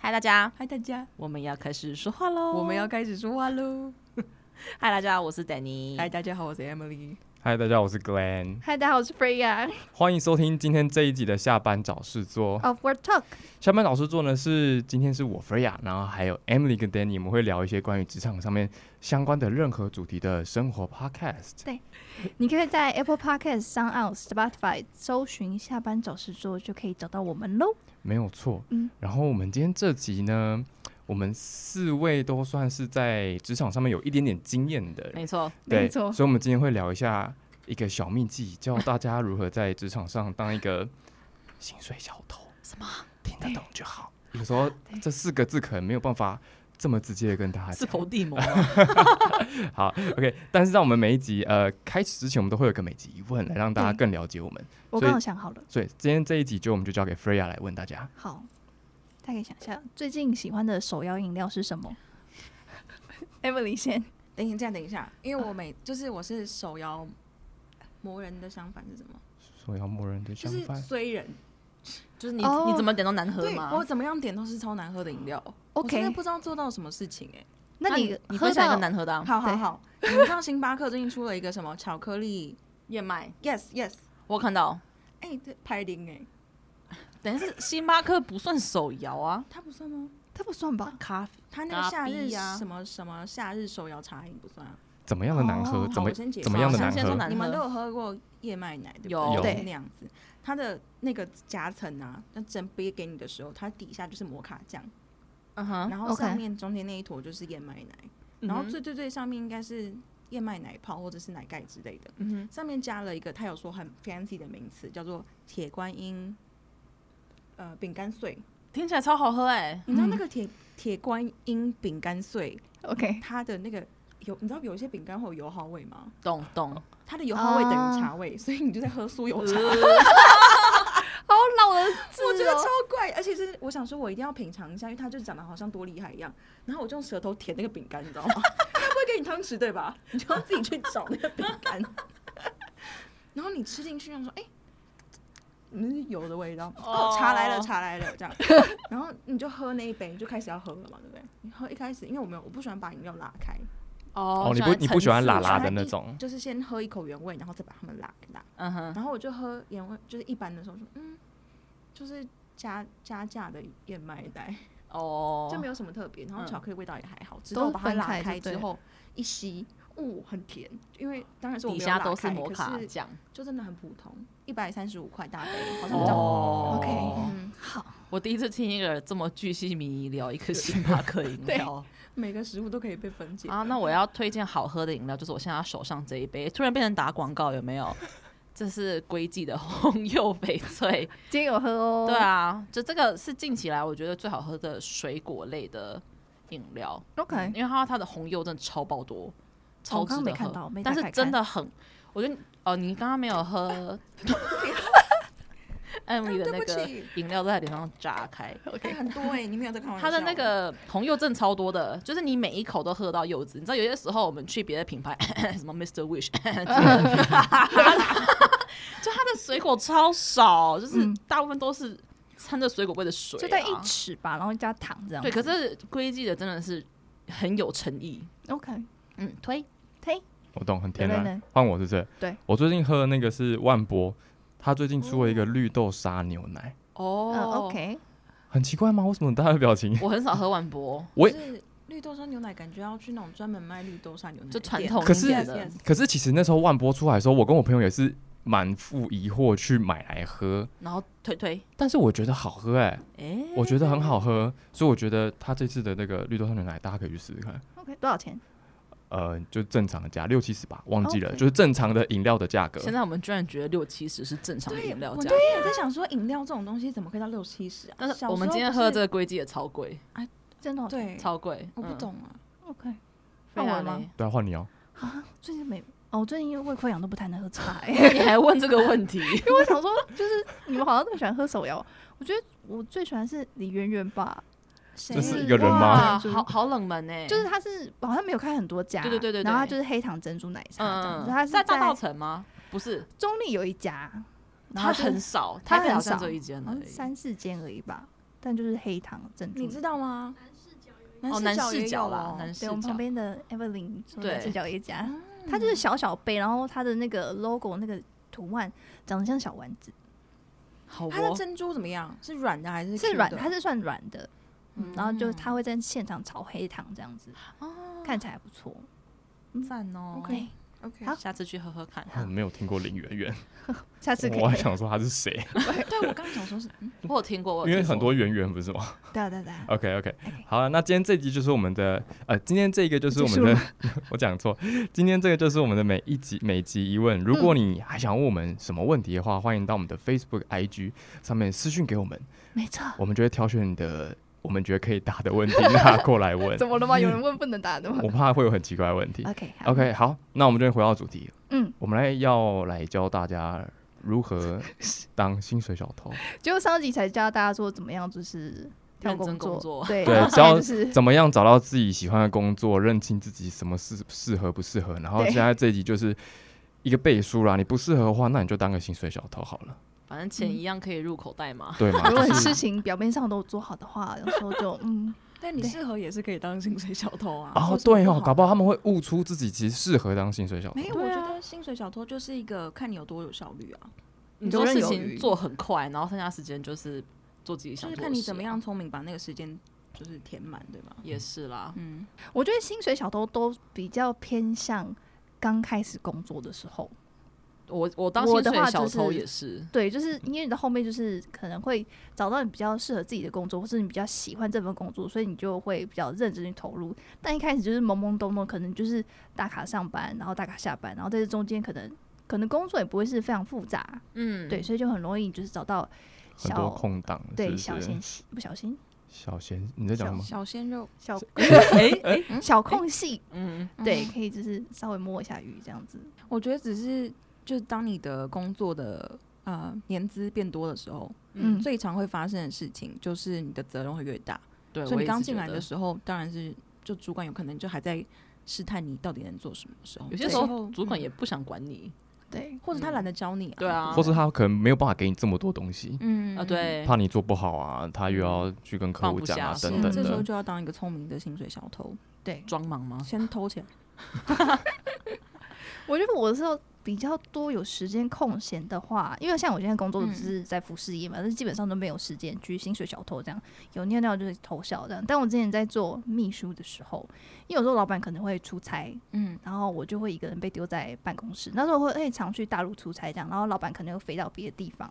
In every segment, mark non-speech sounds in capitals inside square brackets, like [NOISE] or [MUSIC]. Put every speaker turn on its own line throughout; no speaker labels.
嗨大家，
嗨，大家，
我们要开始说话喽！
我们要开始说话喽！
嗨大家，我是 Danny。
嗨，大家好，我是 Emily。
嗨，大家好，我是 Glenn，
嗨，大家好，我是 Freya
欢迎收听今天这一集的下班找事做。
of Word Talk。
下班找事做呢是今天是我 Freya，然后还有 Emily 跟 Danny，我们会聊一些关于职场上面相关的任何主题的生活 Podcast。
你可以在 Apple Podcast、上 o u Spotify 搜寻“下班找事做”，就可以找到我们喽。
没有错。
嗯
然后我们今天这集呢，我们四位都算是在职场上面有一点点经验的人，
没错，
对，
没错
所以我们今天会聊一下一个小秘籍，教大家如何在职场上当一个薪水小偷。什么？听得懂就好。有时候这四个字可能没有办法这么直接的跟大家
是
讲。
伏地魔。
好，OK。但是让我们每一集呃开始之前，我们都会有个每集疑问，来让大家
对
更了解我们。
我
所以
刚好想好了，
所以今天这一集就我们就交给 Freya 来问大家。
好，大概想一下，最近喜欢的手摇饮料是什么？Emily 先，
等一下，等一下，因为我每就是我是手摇魔人的相反是什么？
所以要默认的
就
相
是
反。
虽人，
就是 [LAUGHS] 你
哦
你怎么点都难喝
对
吗？
我怎么样点都是超难喝的饮料。
OK
我真的不知道做到什么事情哎、
那
你
你
你
喝
分享一个
到
难喝的啊
好好
对
好， [LAUGHS] 你知道星巴克最近出了一个什么巧克力
燕麦，
？Yes Yes，
我有看到。
哎、这排零哎、
等于是星巴克不算手摇啊，
它不算吗？
它不
[LAUGHS]
算吧？
咖啡
它那个夏日
咖啡啊
什么什么夏日手摇茶饮不算啊。
怎么样的难喝？
哦
怎么
我先解释
怎么样的
好
难
先说
喝？
难
你们
喝
都有喝过燕麦奶，对不对
有
有
就是
对
那样子，它的那个夹层啊，那整杯给你的时候，它底下就是摩卡酱，
嗯哼，
然后
OK
上面中间那一坨就是燕麦奶，
嗯
然后最最最上面应该是燕麦奶泡或者是奶盖之类的，
嗯哼
上面加了一个，它有说很 fancy 的名词，叫做铁观音。呃，饼干碎，
听起来超好喝哎，
你知道那个铁铁观音饼干碎，
OK，
它的那个油，你知道有一些饼干会有油耗味吗？
懂懂。
它的油耗味等于
啊
茶味， [LAUGHS] 所以你就在喝酥油茶。
好老的字
我觉得
哦
超怪，而且是我想说，我一定要品尝一下，因为它就长得好像多厉害一样。然后我就用舌头舔那个饼干，你知道吗？它不会给你汤匙对吧？你就要自己去找那个饼干。然后你吃进去，然后说：“哎、嗯，油的味道，哦，茶来了，茶来了。”这样，然后你就喝那一杯，你就开始要喝了嘛，对不对？你喝一开始，因为我没有，我不喜欢把饮料拉开，
哦
哦，你不你不喜欢
拉
辣
拉
辣的那种，
就是先喝一口原味，然后再把它们拉开。
嗯哼，
然后我就喝盐味，就是一般的时候说，嗯，就是加加价的燕麦奶，
哦，
就没有什么特别。然后
嗯
巧克力味道也还好，直
都
到我把它
分
拉
开就
开
对
之后一吸，哦，很甜，因为当然是我
底
没有
下
拉
都是
开
摩卡
可是
酱。
就真的很普通，一百三十五块大杯，好像比较、
哦
OK
嗯，
好，
我第一次听一个这么巨细靡遗聊一个星巴克饮料
每个食物都可以被分解
啊，那我要推荐好喝的饮料，就是我现在手上这一杯，突然变成打广告，有没
[LAUGHS]
有？这是龟记的红柚翡翠，
今天有喝哦。
对啊，就这个是近期来我觉得最好喝的水果类的饮料，
，OK，
因为它它的红柚真的超爆多，超值
嗯哦刚刚
得
没看
喝
到没
但
打
是
开
真
看
的很，我觉得哦，你刚刚没有
[LAUGHS]
喝 [LAUGHS] 艾米的
对
那
不
个
起
饮料都在脸上炸开，
哎很多哎、你没有在看
[LAUGHS]
玩
它
笑。
的那个红柚真的超多的，就是你每一口都喝到柚子。你知道有些时候我们去别的品牌， [LAUGHS] 什么 Mr. Wish，之 [LAUGHS] 类的就它的水果超少，就是
嗯
大部分都是掺着水果味的水、啊，
就在一匙吧，然后加糖这样
对，
子。
可是归记的真的是很有诚意，
OK，
嗯，推
嘿，
我懂，很天
对对
然
对。
换我是这，
对
我最近喝的那个是万博，他最近出了一
哦
个绿豆沙牛奶，
哦、
嗯，OK，
很奇怪吗？为什么大家的表情？
我很少喝万博，
我
就是绿豆沙牛奶，感觉要去那种专门卖绿豆沙牛奶的
就
店，
传统
可
一
是
点
Yes,
的
yes，
可是其实那时候万波出来的时候，我跟我朋友也是满腹疑惑去买来喝，
然后推推，
但是我觉得好喝哎、
哎、
我觉得很好喝，所以我觉得他这次的那个绿豆沙牛奶大家可以去试试看。
OK，多少钱？
呃，就正常的价六七十吧，忘记了
OK
就是正常的饮料的价格。
现在我们居然觉得六七十是正常的
对，
饮料
我
价
那，天也在想说，饮料这种东西怎么可以到六七十啊？
但是
小
我们
时候
今天
不
喝
是
这个归记也超贵，
真的哦
对，
超贵，
我不
嗯
懂啊。
OK，
非
换我
常
了吗
嘞
对啊，换你哦、
最近没哦，我最近因为胃溃疡都不太能喝茶、欸，
你还问这个问题？
因为我想说，就是你们好像都喜欢喝手摇，我觉得我最喜欢是李媛媛吧，
这
这
是一个人吗
啊
哇好好冷门哎，
就是她是好像没有开很多家，
对对对对对
然后她就是黑糖珍珠奶茶这样
嗯，
子，她是
在大
在
道城吗？不是，
中立有一家，
它
然后就是
很少，
它
台北
很
好像
少哦
只有一间
好
而
像
已。
三四间而已吧，但就是黑糖珍珠
你
奶
知
茶。
道吗？
哦，男
男视
视角
啦
啦，，男视
对我们
角
旁。边的 Evelyn 说
对嗯
的视角一家，它就是小小杯，然后它的那个 logo 那个图案长得像小丸子，
好哦，
它的珍珠怎么样？是软的还是 Q
是
的
软，它是算软的，嗯
嗯
然后就它会在现场炒黑糖这样子，
哦
看起来还不错。
赞哦。
OK
哎
OK，
好
下次去喝喝看。
我没有听过林媛
[LAUGHS]
媛，
下次可以
我还，想说她是谁，
[LAUGHS] 对我刚刚想说
[LAUGHS]
是，嗯
我有听过，我有
因为
听过
很多圆圆不是吗？
对啊对啊对啊，
OK OK，
OK
好了，那今天这集就是我们的呃，今天这个就是我们
结
的， [LAUGHS] 我讲错，今天这个就是我们的每一集每集疑问。如果你还想问我们什么问题的话，欢迎到我们的 Facebook、IG 上面私讯给我们，
[LAUGHS] 没
[LAUGHS]
错。
我们就会挑选你的我们觉得可以答的问题拿过来问
怎。么了吗？有人问不能答的吗
[LAUGHS] 我怕会有很奇怪的问题。
？OK 好
OK，好，那我们就回到主题，
嗯，
我们来要来教大家如何当薪水小偷，
结果上一集才教大家做怎么样，就是挑
认真
作，
工作
对，
[LAUGHS] 对
然后
教
还有就是
怎么样找到自己喜欢的工作，认清自己什么适适合不适合。然后
对
现在这一集就是一个背书啦，你不适合的话，那你就当个薪水小偷好了，
反正钱一样可以入口袋嘛。
对吗？
如果
就
事
是
情表面上都做好的话，有时候就嗯，
但你
对
适合也是可以当薪水小偷啊。
哦
有，什么
对哦，
好
搞不好他们会悟出自己其实适合当薪水小偷
没。有，我
对
觉
啊
得薪水小偷就是一个看你有多有效率啊，
你做
游刃
事
有
情
余
做很快，然后剩下时间就是做自己
就
想做的
是
事啊。
看你怎么样聪明把那个时间就是填满，对吧？
也是啦。
嗯，
我觉得薪水小偷都比较偏向刚开始工作的时候，
我我当
我
薪
的
水
话
小
就
偷
是
也是，
对，就是因为你到后面就是可能会找到你比较适合自己的工作，或是你比较喜欢这份工作，所以你就会比较认真去投入。但一开始就是懵懵懂懂，可能就是打卡上班，然后打卡下班，然后在这中间可能可能工作也不会是非常复杂，
嗯，
对，所以就很容易就是找到
很多
小
空档，
对
是不是
小嫌隙，不小心
小闲，你在讲什么？
小鲜肉，
小
[LAUGHS] 哎哎，
小空隙，
嗯，
对，可以就是稍微摸一下鱼这样子。
我觉得只是就是当你的工作的呃年资变多的时候，
嗯，
最常会发生的事情就是你的责任会越大。
对，
所以
我
你
也
刚
是
进
觉
来
得
的时候，当然是就主管有可能就还在试探你到底能做什么的时候，
有些
对
时候主管
嗯
也不想管你
对，
或者他懒得教你、啊
对啊
或是他可能没有办法给你这么多东西，
嗯
啊，，对，
怕你做不好啊，他又要去跟客
放
户
不
讲啊
下
嗯
等等
这时候
的。
就要当一个聪明的薪水小偷，
对，
装忙吗？
先偷
[LAUGHS]
起来。
我觉得我的时候比较多有时间空闲的话，因为像我现在工作
嗯
就是在服饰业嘛，但是基本上都没有时间去薪水小偷这样，有尿尿就是偷笑这样。但我之前在做秘书的时候，因为有时候老板可能会出差，
嗯，
然后我就会一个人被丢在办公室。那时候会会常去大陆出差这样，然后老板可能又飞到别的地方，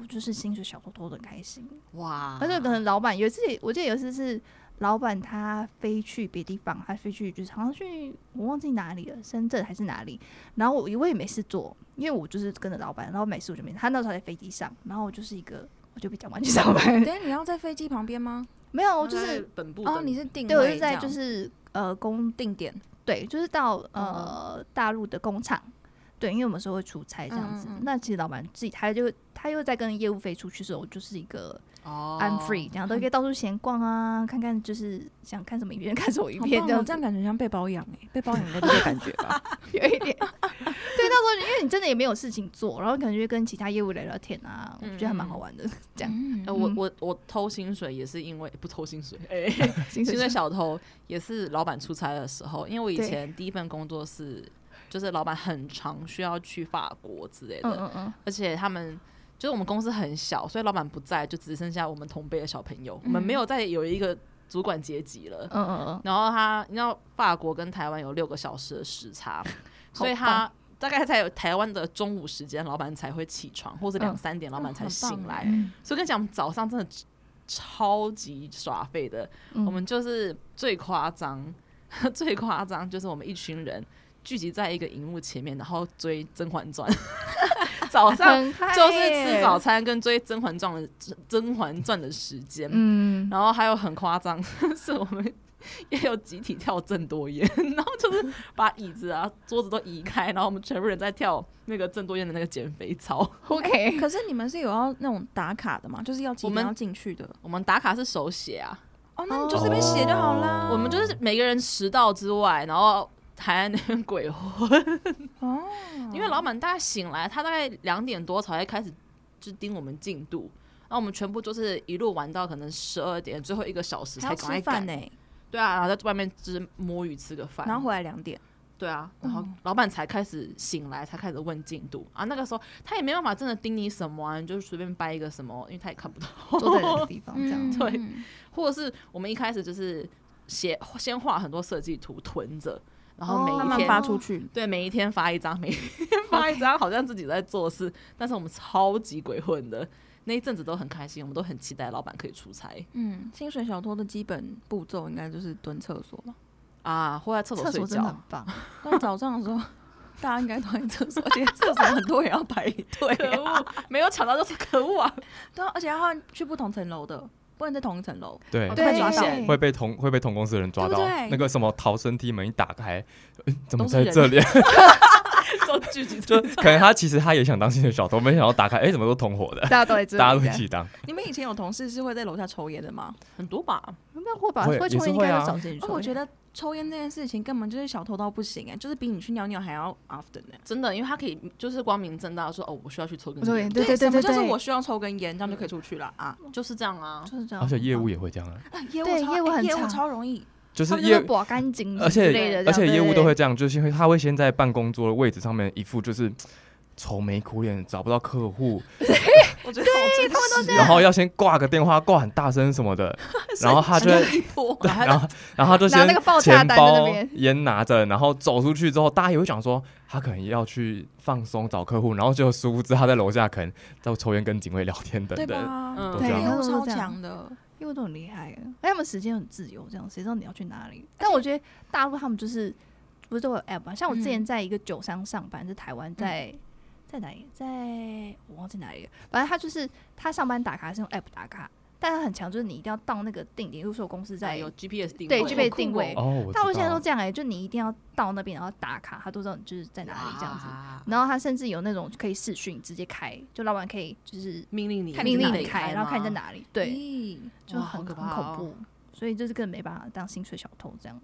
我就是薪水小偷偷的很开心。
哇，
而且可能老板有一次，我记得有一次是老板他飞去别地方，他飞去就是好像去我忘记哪里了，深圳还是哪里。然后我我也没事做，因为我就是跟着老板，然后没事我就没事。他那时候在飞机上，然后我就是一个我就比较晚去上
等
班，
一下你要在飞机旁边吗？
[LAUGHS] 没有
哦
就
在
是
本部
哦，
等
你是定
对我
位
是在
这样
就是呃工
定点，
对，就是到
嗯
呃、大陆的工厂，对，因为我们有时候会出差这样子。
嗯嗯嗯
那其实老板自己他就他又在跟业务飞出去的时候，我就是一个
哦
I'm free，这样都可以到处闲逛啊，看看就是想看什么影片看什么影片，
好
这
棒哦
样
这
子
样感觉像被包养哎、被包养
[LAUGHS]
的这个感觉吧。
有一点。对， [LAUGHS] 那时候因为你真的也没有事情做，然后可能就会跟其他业务聊聊天啊，我觉得还蛮好玩的。这样，
嗯
呃，我我我偷薪水也是因为不偷薪水，哎、 [LAUGHS] 薪
薪
水
水
小偷也是老板出差的时候，因为我以
对
前第一份工作是，就是老板很常需要去法国之类的，
嗯嗯嗯，
而且他们就是我们公司很小，所以老板不在，就只剩下我们同辈的小朋友，我们没有再有一个主管阶级了。
嗯嗯嗯，
然后他，你知道法国跟台湾有六个小时的时
[LAUGHS]
差，所以
好
他大概在有台湾的中午时间，老板才会起床，或者两
嗯
三点老板才
很棒
醒
欸
来。
嗯
所以跟你讲，早上真的超级耍废的。
嗯
我们就是最夸张， [LAUGHS] 最夸张就是我们一群人聚集在一个荧幕前面，然后追《甄嬛
[LAUGHS]
传》。早上
很嗨
就是
耶
吃早，餐跟追《甄嬛传》的《甄嬛传》的时间。
嗯，
然后还有很夸张， [LAUGHS] 是我们也有集体跳郑多燕， [LAUGHS] 然后就是把椅子啊、桌子都移开，然后我们全部人在跳那个郑多燕的那个减肥操。
[LAUGHS]
OK，
可是你们是有要那种打卡的嘛？就是要几
我
点
们
要进去的？
我们打卡是手写啊，
哦，那你就随便写就好啦。
我们就是每个人迟到之外，然后还在那边鬼混。
哦，
因为老板大概醒来，他大概两点多才会开始就盯我们进度。然后我们全部就是一路玩到可能十二点，最后一个小时才
还要
赶快
吃
赶
饭。欸呢，
对啊，然后在外面就是摸鱼吃个饭，
然后回来两点，
对啊，然后老板才开始醒来，才开始问进度啊。那个时候他也没办法真的盯你什么、啊，你就随便掰一个什么，因为他也看不到。
坐在那个地方这
嗯
[LAUGHS] 样。
对或者是我们一开始就是写先画很多设计图囤着，然后每
哦
慢
一
慢
天、
发出去。
对每一天发一张，每一天发一张，好像自己在做事，但是我们超级鬼混的。那一阵子都很开心，我们都很期待老板可以出差
嗯，
清水小偷的基本步骤应该就是蹲厕所 [LAUGHS] 吧。
啊，或在厕所
厕
睡
所真的很
觉。
棒，
但早上 [LAUGHS] 的时候，大家应该都在厕所，而且厕所很多人要排队、
可恶，啊没有抢到就是可恶啊！
对啊，而且要去不同层楼的，不能在同一层楼。
对
对，
快抓到
对
会被同会被同公司的人抓到
对不对，
那个什么逃生梯门一打开，诶怎么
都是
在
人
这里？
都聚集
就
在
[LAUGHS]
可能他其实他也想当清水小偷，没想到打开，哎，怎么都同伙的
大，家都在这里。
大家都一起当。
你们以前有同事是会在楼下抽烟的吗？
很多吧，
那会吧？
会
会抽
也是
烟应
会
该
啊
会找自己抽
哦，
烟。
我觉得抽烟这件事情根本就是小偷到不行哎、就是比你去尿尿还要 often 哎、
真的，因为他可以就是光明正大地说哦，我需要去抽根
抽
烟
烟，对对对
什么
对
就是
对
我需要抽根烟，这样就可以出去了啊。
就是这样啊。
就是这样。
而且业务也会这样啊，
啊业务
对
超
业务
哎
很
业务
长
超容易，
就
嗯他
是
们
业
就是把干净
而且
之类的这样，
而且业务都会
对
这样，就是因为他会先在办公桌的位置上面一副就是愁眉苦脸，找不到客户，
我觉得对他们都
然后要先挂个电话，挂很大声什么
[LAUGHS]
的，然后他就会。
一波。
对，然后然后他就
拿那
先
个报价
钱
单在那
包
边
烟拿着，然后走出去之后，大家也会想说他可能要去放松找客户，然后就殊不知他在楼下可能在抽烟跟警卫聊天等
对
等。
吧？
嗯
对
业
他
务
们
超
都这样
强的，
业务都很厉害的，而且他们时间很自由，这样谁知道你要去哪里？但我觉得大陆他们就是不是都有 app 吗？像我之前
嗯
在一个酒商上班，在台湾在。在哪里？在我忘记哪里了。反正他就是他上班打卡是用 app 打卡，但他很强，就是你一定要到那个定点，比如说我公司在
哎有 GPS 定位，
对
哦
就
好
被
酷
定位。
哦，我知
大陆现在
道
都这样哎、就你一定要到那边然后打卡，他都知道你就是在哪里这样子。
哇
然后他甚至有那种可以视讯直接开，就老板可以就是
命令你
看
命
你在
令
哪
你
里
开，然后看你在
吗。
哪里。对，
咦，
就
哇
很
好可怕
很
哦
恐怖，所以就是更没办法当薪水小偷这样。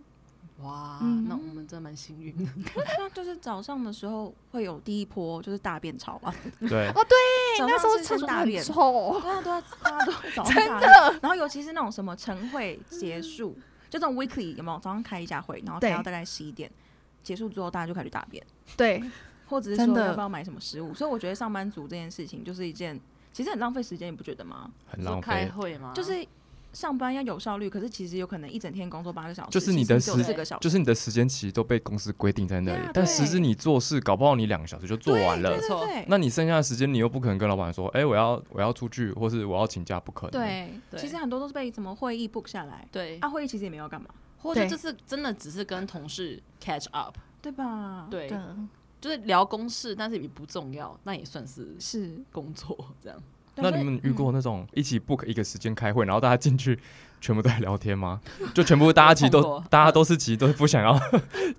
哇，
嗯
那我们真蛮幸运的。
[LAUGHS] 那就是早上的时候会有第一波就是大便潮嘛，
对，
早
那时
上
候
是
厕
先
所
大
很
便， [LAUGHS]
臭，
对啊对啊，大家都会早上真的。然后尤其是那种什么晨会结束，就这种 weekly 有没有？早上开一下会，然后开
对
到大概十一点，结束之后大家就开始大便，
对，
或者是
真
说
的
要不要买什么食物。所以我觉得上班族这件事情就是一件其实很浪费时间，你不觉得吗？
很
你说
浪
开
费。
会吗？
就是上班要有效率，可是其实有可能一整天工作八个小时，
就是你的
其实只有
时
四个小时，
就是你的时间其实都被公司规定在那里
对啊，
但实质
对
你做事搞不好你两个小时就做完了
对，
错
对对
那你剩下的时间你又不可能跟老板说，哎，我要我要出去，或是我要请假，不可能。，
对
对
其实很多都是被什么会议 book 下来，
对，
啊，会议其实也没有干嘛，
或者
对
就是真的只是跟同事 catch up，
对吧？，
对，
对，
就是聊公事，但是也不重要，那也算是
是。
工作这样。
对
那
所以嗯
你们遇过那种一起 book 一个时间开会，然后大家进去全部都在聊天吗？就全部大家其
[LAUGHS]
实
我碰
都
过
大家都是其实都是不想要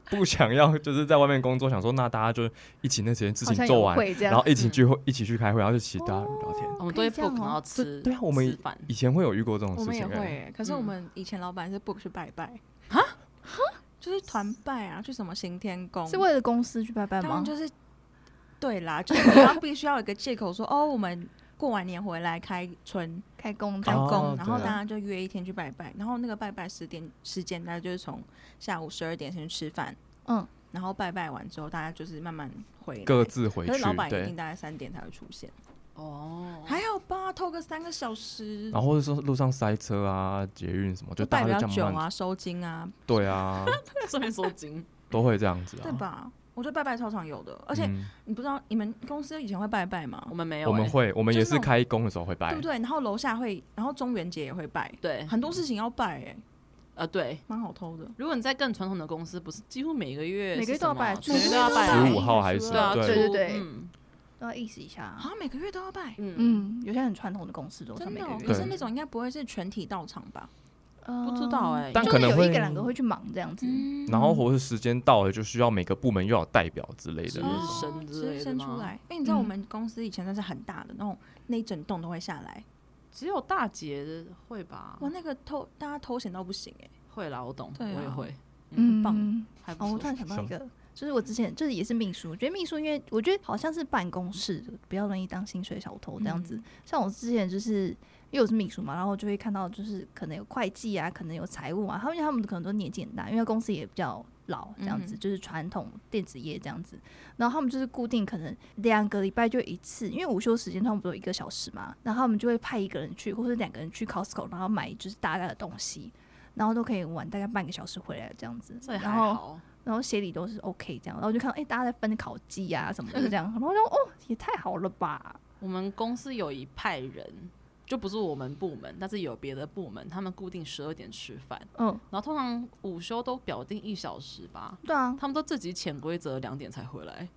不想要就是在外面工作，想说那大家就一起那些事
好
情
像
做
有
完，
会这
然后
样。
一起
嗯
聚会，一起去开会，然后就其实大家聊天。
我们都会
可以这样
book，然
哦
后吃
对啊我们
吃饭。
以前会有遇过这种
我
事
们也
情、
会
欸，
欸、可是我
嗯
们以前老板是 book 去拜拜
哈
就是团拜啊，去什么行天宫，
是为了公司去拜拜
当然
吗？
就是对啦，就是 [LAUGHS] 你要必须要有一个借口说哦，我们过完年回来开春
开工
开
开
哦
工，然后
对
大家就约一天去拜拜，然后那个拜拜时点时间大家就是从下午十二点先去吃饭，
嗯，
然后拜拜完之后大家就是慢慢回来
各。自回
可是
去
老板，一
对
定。大概三点才会出现，
哦，
还好吧，偷个三个小时，
然后或者说路上塞车啊、捷运什么，就大
拜比
家
较
就这
久
样慢，
啊，收金啊，[LAUGHS]
对啊，
顺便收金，
都会这样子啊。
对吧？我觉得拜拜超常有的，而且
嗯
你不知道你们公司以前会拜拜吗
我？们没有欸，
我们会，我们
就
也
是那
是
种
开工的时候会拜
对不，对？然后楼下会，然后中元节也会拜，
对，
很多事情要拜、欸，哎，
呃，对。
蛮好偷的。
如果你在更传统的公司，不是几乎每个月
每个月
是
都要
什么啊
拜
每个月
初
都要
一
拜
十
啊，
五号还是
对啊，
对
初
对对
嗯
都要意识一下
啊。，每个月都要拜，
嗯，
嗯，有些很传统的公司都是
真
每
的、
个
哦。
月，
可是
对
那种应该不会是全体到场吧？
不
不
知道哎、
但
就
嗯就
可
是
能
有一
会
个两个会去忙这样子。
嗯
然后或是时间到了，就需要每个部门又有代表之类的
是
那
哦
种。
神之
直接
类的
生
吗
出来。哎、你知道我
嗯
们公司以前那是很大的，那种那一整栋都会下来，
只有大节会吧
哇，，那个偷大家偷闲到不行哎、
会啦，我懂，
对啊
我也会，
嗯，
棒
嗯
还不
哦，
错
我突。然想到一个，就是我之前就是也是秘书，我觉得秘书因为我觉得好像是办公室比较容易当薪水小偷这样子。
嗯
像我之前就是因为我是秘书嘛，然后就会看到就是可能有会计啊，可能有财务啊，他们因为他们可能都年纪很大，因为公司也比较老这样子，
嗯
就是传统电子业这样子。然后他们就是固定可能两个礼拜就一次，因为午休时间他们不都一个小时嘛，然后他们就会派一个人去，或者两个人去 Costco，然后买就是大家的东西。然后都可以玩大概半个小时回来这样子，
这也
然
还
后
好。
然后鞋里都是 OK 这样，然后就看到哎、诶大家在分烤鸡啊什么 [LAUGHS] 的这样，然后我就哦也太好了吧，
我们公司有一派人，就不是我们部门，但是有别的部门，他们固定十二点吃饭，
嗯，
然后通常午休都表定一小时吧，
对啊，
他们都自己潜规则两点才回来，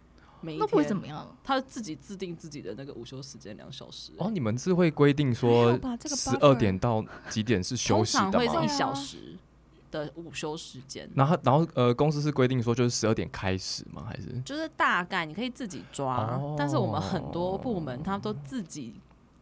每一
那
天
不会怎么样，
他自己制定自己的那个午休时间两小时、
哦，你们是会规定
还
说
好吧这个
十
buffer
二点到几点是休
通
息
常
的
会是
吗
一
对？啊
小时的午休时间，
然后，然后呃，公司是规定说就是十二点开始吗？还是
就是大概你可以自己抓，
哦
但是我们很多部门他们都自己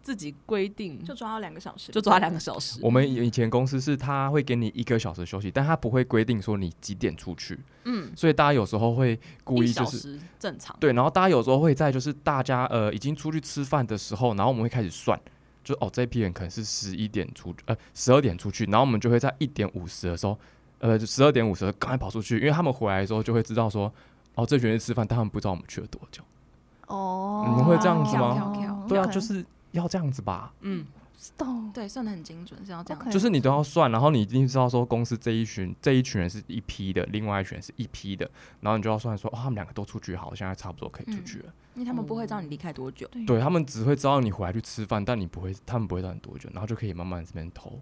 自己规定，
嗯
就
就
抓到两个小时，
就抓两个小时。
我们以前公司是他会给你一个小时休息，但他不会规定说你几点出去，
嗯，
所以大家有时候会故
一
意就
小
是
时正常。
对，然后大家有时候会在就是大家呃已经出去吃饭的时候，然后我们会开始算，就哦这批人可能是十一点出呃十二点出去，然后我们就会在一点五十的时候，呃十二点五十赶快跑出去，因为他们回来的时候就会知道说哦这群人吃饭，但他们不知道我们去了多久。
哦，
你们会这样子吗
跳跳跳
对啊，
，OK
就是要这样子吧，
嗯，
懂，
对，算的很精准，是要这样
OK 对
就是你都要算，然后你一定知道说公司这一群这一群人是一批的，另外一群人是一批的，然后你就要算说哦他们两个都出去好，现在差不多可以
嗯
出去了。
因为他们不会知道你离开多久。
对
对他们只会知道你回来去吃饭，但你不会，他们不会让你多久，然后就可以慢慢这边投。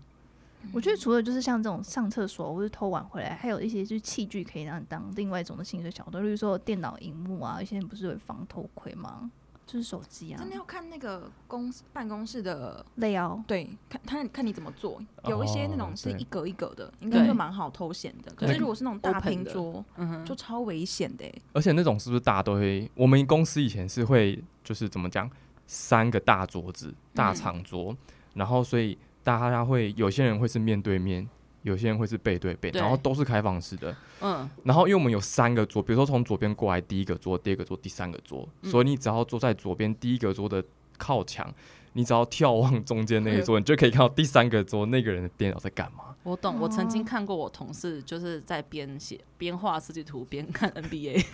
我觉得除了就是像这种上厕所或是偷碗回来，还有一些就是器具可以让你当另外一种的薪水小偷，例如说电脑荧幕啊，有些人不是会防偷窥吗？就是手机啊
真，的要看那个公司办公室的，[LAUGHS]
累哦，
对，看看看你怎么做。
哦
有一些那种是
对
一格一格的，应该
对
就蛮好偷闲的。可
那
是
个
如果是那种大
open
拼
的
桌，
嗯哼，
就超危险的欸。
而且那种是不是大家都会？我们公司以前是会，就是怎么讲，三个大桌子、
嗯
大长桌，然后所以大家会有些人会是面对面，有些人会是背对背，
对
然后都是开放式的。
嗯，
然后因为我们有三个桌，比如说从左边过来第一个桌、第二个桌、第三个桌，
嗯
所以你只要坐在左边第一个桌的靠墙，你只要眺望中间
[LAUGHS]
那个桌，你就可以看到第三个桌那个人的电脑在干嘛。
我懂。
哦
我曾经看过我同事就是在边写边画设计图边
[LAUGHS]
看 NBA，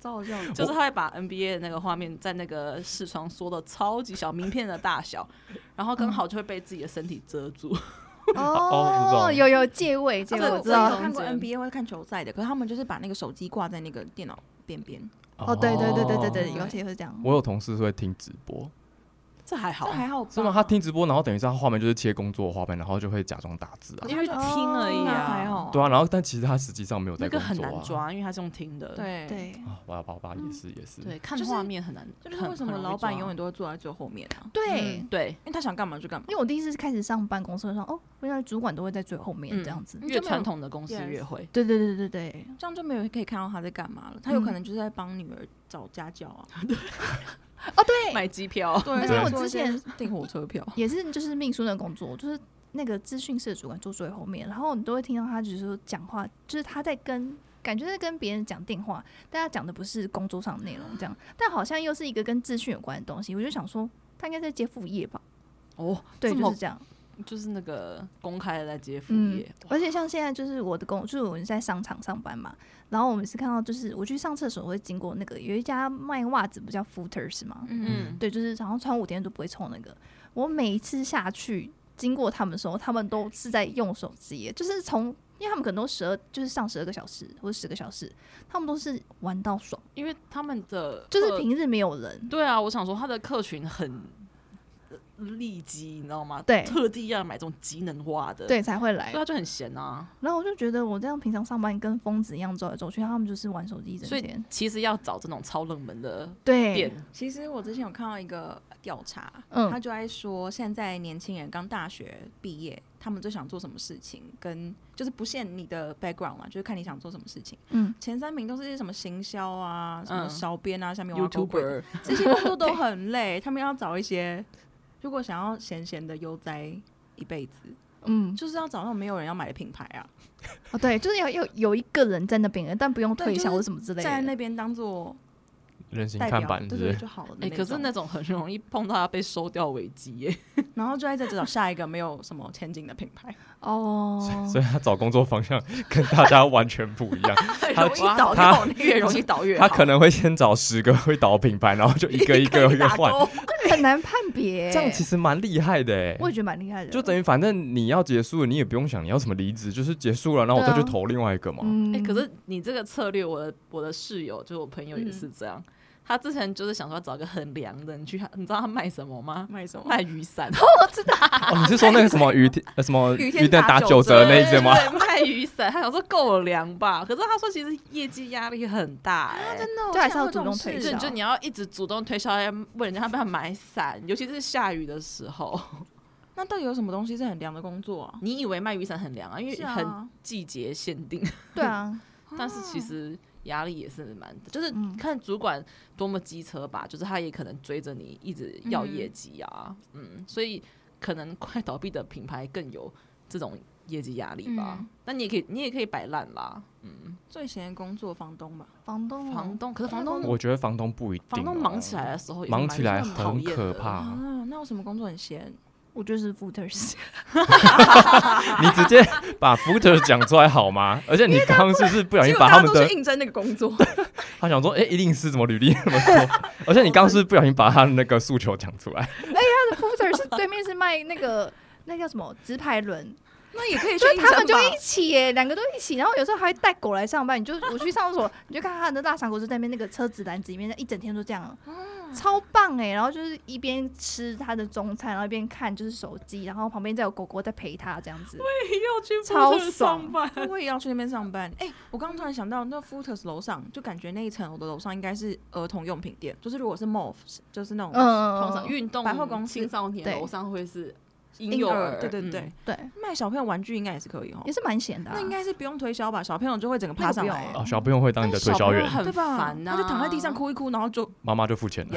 超好笑的。
就是他会把 NBA 的那个画面在那个视窗缩的超级小，名片的大小，然后刚好就会被自己的身体遮住。
嗯哦我知道
有有借位，
这
借
个
位啊我
我
知
真的
道
有，看过
中
NBA 会看球赛的，可是他们就是把那个手机挂在那个电脑边边，
哦，对对对对对对，
哦
有些会这样，
我有同事是会听直播，
这还好
这，还好吧？
是吗？他听直播，然后等于是他画面就是切工作的画面，然后就会假装打字
嗯
啊。
因为听而已
那
啊，
还好，
对啊，然后但其实他实际上没有在
那
工
个
作啊。
很难抓，因为他是用听的。
对。
对。
啊，哇哇哇，也是也
嗯
是。
对，看
就是
画面很难。
这就是为什么老板永远都会坐在最后面啊，
对，
对对，
因为他想干嘛就干嘛。
因为我第一次开始上班公司的时候，哦，原来主管都会在最后面这样子。
嗯
越传统的公司越会。
对对对对对，
这样就没有人可以看到他在干嘛了。他有
嗯
可能就是在帮女儿找家教啊，
哦对，
买机票，
对
[LAUGHS] 而且
对
我之前
订火车
[LAUGHS]
票，
也是就是秘书的工作，就是那个资讯室的主管坐最后面，然后你都会听到他就是说讲话，就是他在跟感觉在跟别人讲电话，但他讲的不是工作上的内容这
啊
样，但好像又是一个跟资讯有关的东西，我就想说他应该在接副业吧，
[LAUGHS] 哦，
对，
这
就
么
是这样。
就是那个公开的在接副
嗯
业，，
而且像现在就是我的工，就是我们在商场上班嘛，然后我们是看到就是我去上厕所会经过那个有一家卖袜子不叫 Footers 吗？
嗯，
对，就是然后穿五天都不会冲那个。我每一次下去经过他们的时候，他们都是在用手机耶，就是从因为他们可能都十二，就是上十二个小时或者十个小时，他们都是玩到爽，
因为他们的
就是
客
平日没有人。
对啊，我想说他的客群很呃利基，你知道吗？
对
啊特地要买这种机能化的，，
对，才会来
所以。他就很闲啊。
然后我就觉得我这样平常上班跟疯子一样走来走去，他们就是玩手机一整
所以
天。
其实要找这种超冷门的
对，
店，
其实我之前有看到一个调查，
嗯
他就在说现在年轻人刚大学毕业，他们最想做什么事情，跟就是不限你的 background 嘛，就是看你想做什么事情。
嗯，
前三名都是一些什么行销啊、什么
嗯
小编啊、下面挖沟鬼的
YouTuber
这些工作都 [LAUGHS] 很累，他们要找一些如果想要闲闲的悠哉一辈子，
嗯，
就是要找那种没有人要买的品牌啊，
哦对，就是要要有一个人在那边，但不用
对
退
就
销
是
或什么之类
在
的。
那边当做
人形
代
看
表，
板是
对
不是
对？就好了。
哎、可是那，种很容易碰到它被收掉危机
[LAUGHS]
耶。
然后就在这找下一个没有什么前景的品
[LAUGHS]
牌，
哦，
所以他找工作方向跟大家完全不一样。
很
他
容易倒
他
掉，越容易倒越好。
[LAUGHS]
他可能会先找十个会倒品牌，然后就一个一个一
[LAUGHS]
个换，
[LAUGHS] 很难判别。
这样其实蛮厉害的哎。
我也觉得蛮厉害的。
就等于反正你要结束了，你也不用想你要什么离职，就是结束了，然后我再去
对啊
投另外一个嘛。
嗯
哎、可是你这个策略，我的我的室友就是我朋友也是这样，他之前就是想说找个很凉的，你去他，你知道他卖什么吗？
卖什么？
卖雨
[LAUGHS]
伞，
哦，你是说那个什么雨天呃什么
雨天
雨天
打
打
九
九折
折
呃那一只吗？
对，卖雨伞，他想说够凉吧，可是他说其实业绩压力很大、哎
真的，
就啊还是要
我竟然
主
会这种
动推
事
就
销
就你要一直主动推销，要问人家要不要买伞，尤其是下雨的时候。
那到底有什么东西是很凉的工作啊？
你以为卖雨伞很凉啊，因为
是
很
啊，
季节限定，
对啊，
但是
嗯
其实压力也是蛮，就是
嗯
看主管多么机车吧，就是他也可能追着你一直要业绩啊，嗯所以可能 [LAUGHS] 快倒闭的品牌更有这种业绩压力吧。
嗯
但你也可以，你也可以摆烂啦，
最闲的工作房东吧，
房
嗯
东哦
房东，可是房东，
[LAUGHS] 我觉得房东不一定哦，
房东忙起来的时候也是蛮，
忙起来
真的讨
很
厌
可
的。
[LAUGHS]
怕。
啊，那有什么工作很闲？
我就是 footers，
[LAUGHS] 你直接把 footer 讲出来好吗？而且你刚刚是不是不小
结
心
果大
把他
家
们
都
的
去，应征那个工作，
他想说，哎、一定是怎么履历那么多？而且你刚刚是不是不小心把他的那个诉求讲出来，
他的 footers 是 [LAUGHS] 对面是卖那个。 [LAUGHS] 那叫什么直排轮？
[LAUGHS] 那也可以去
就
应
他们
征
就
吧。
一起耶，两个都一起，然后有时候还会带狗来上班。你就我去上厕所， [LAUGHS] 你就看他的大傻狗就在那边那个车子篮子里面，一整天都这样，超棒哎！然后就是一边吃他的中餐，然后一边看就是手机，然后旁边再有狗狗在陪他这样子。
要去
超
Fooders
爽
上班，
我也要去那边上班。哎、我刚刚突然想到，那 Footers 楼上，就感觉那一层楼的楼上应该是儿童用品店，就是如果是 MOF，就是那种、
嗯，
[LAUGHS] 通常运动
百货公司
青少年
对
楼上会是婴
婴
幼
儿
儿，
对对
嗯
对，
对，
卖小朋友玩具应该也是可以哦
也。是蛮闲的啊、
那应该是不用推销吧？小朋友就会整个爬上来、
那个不用欸
哦，小朋友会当你的推销员
但，是
对
小朋友很
吧？
烦啊呐、
他就躺在地上，哭一哭，然后就
妈妈就付钱
[LAUGHS]
了。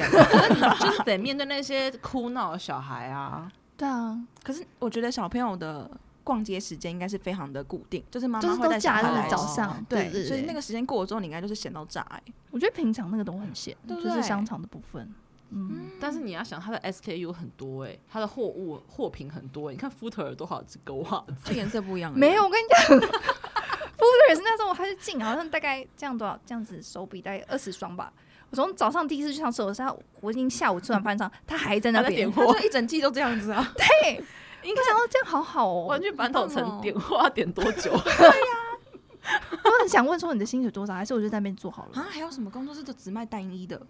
就是得面对那些哭闹的小孩啊。
对啊，
可是我觉得小朋友的逛街时间应该是非常的固定，就是妈
就
妈
是
会
都
带小
假
孩
日
来
早
哦
上，
对
对对
所以
对
那个时间过了之后，你应该就是闲到炸哎、
我觉得平常那个都很闲，
对不
就是
对
香肠的部分。嗯，
但是你要想，它的 SKU 很多哎、它的货物货品很多、欸你看 Footer 有多少只狗啊袜子？
这颜色不一样。
没有，，我跟你讲 [LAUGHS] ，Fooders 那时候我还是进，好像大概这样多少，这样子手笔大概二十双吧。我从早上第一次去上厕所，是他我已经下午吃完饭上， [LAUGHS] 他还在那
还在
边
点。
我
货，
就一整季都这样子啊。
我想到这样好好哦
玩，具反斗
好棒
城
哦
点货要点多久？
我很想问说你的薪水多少，还是我就在那边做好
[LAUGHS] 啊
了。，
还有什么工作是就只卖单一的？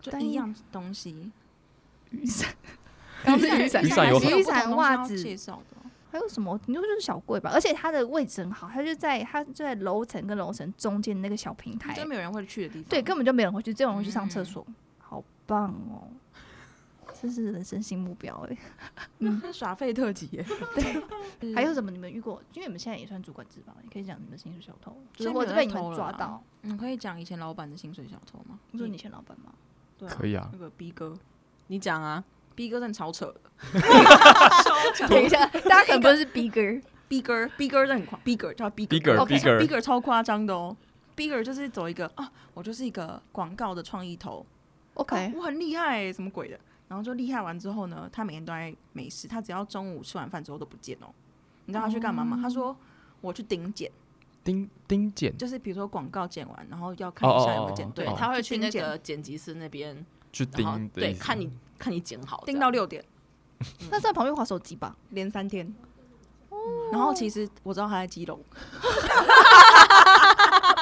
就
单
一
一
样东西，
雨伞，刚是 [LAUGHS] 雨伞，
雨伞有
雨伞、袜子，
介绍的。
还有什么？你就是小柜吧，而且它的位置很好，它就在它就在楼层跟楼层中间那个小平台
真，没有人会去的地方。
哎对，根本就没有人会去，只有人会去上厕
嗯
所，好棒哦！这是人生新目标哎、
是 [LAUGHS] 耍废特辑
[LAUGHS]
耶。嗯对
还有什么？你们遇过？因为你们现在也算主管职吧，你可以讲你们的薪水小偷，就
现在
是
没有
或者被你们
在偷了
抓
啦
到，
你可以讲以前老板的薪水小偷吗？
不是你以前老板
[LAUGHS]
吗？
对啊
可以啊
那个 B 哥
你讲啊，
，B 哥真的超扯的。
等一下，大家可能不是 bigger，
B 哥，B 哥真的很夸，B 哥叫 B 哥
Bigger，
OK，
，B
bigger，
哥超夸张的哦。B 哥就是走一个啊，我就是一个广告的创意头，啊
[LAUGHS] OK，
我很厉害、什么鬼的？然后就厉害完之后呢，他每天都在没事，他只要中午吃完饭之后都不见哦。你知道他去干嘛
哦
吗？他说我去顶检，
丁丁检
就是比如说广告剪完，然后要看一下有没有剪
哦
对，
对，
哦
他会去
去
那
盯
个剪辑师那边，
去
然后
盯的
对
意思
看你看你剪好这
盯
样，
到六点，
那在旁边划手机吧。
连三天。然后其实我知道他在基隆， [LAUGHS] 是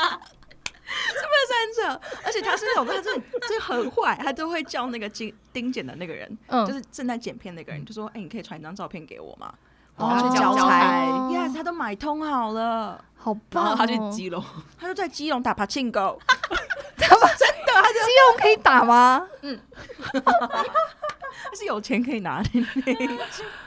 不是很扯？而且他是那种他真的就很坏，他都会叫那个盯盯检的那个人，
嗯，
就是正在剪片那个人，就说：“哎、你可以传一张照片给我吗？”
哦
我要去
交
交
交
差。
差
Yes，他都买通好了，
好
然
棒、
后
哦！
他去
基 [LAUGHS]
基隆，
他就在基隆打爬庆狗， [LAUGHS]
隆可以打吗？
他 [LAUGHS] 是有钱可以拿的。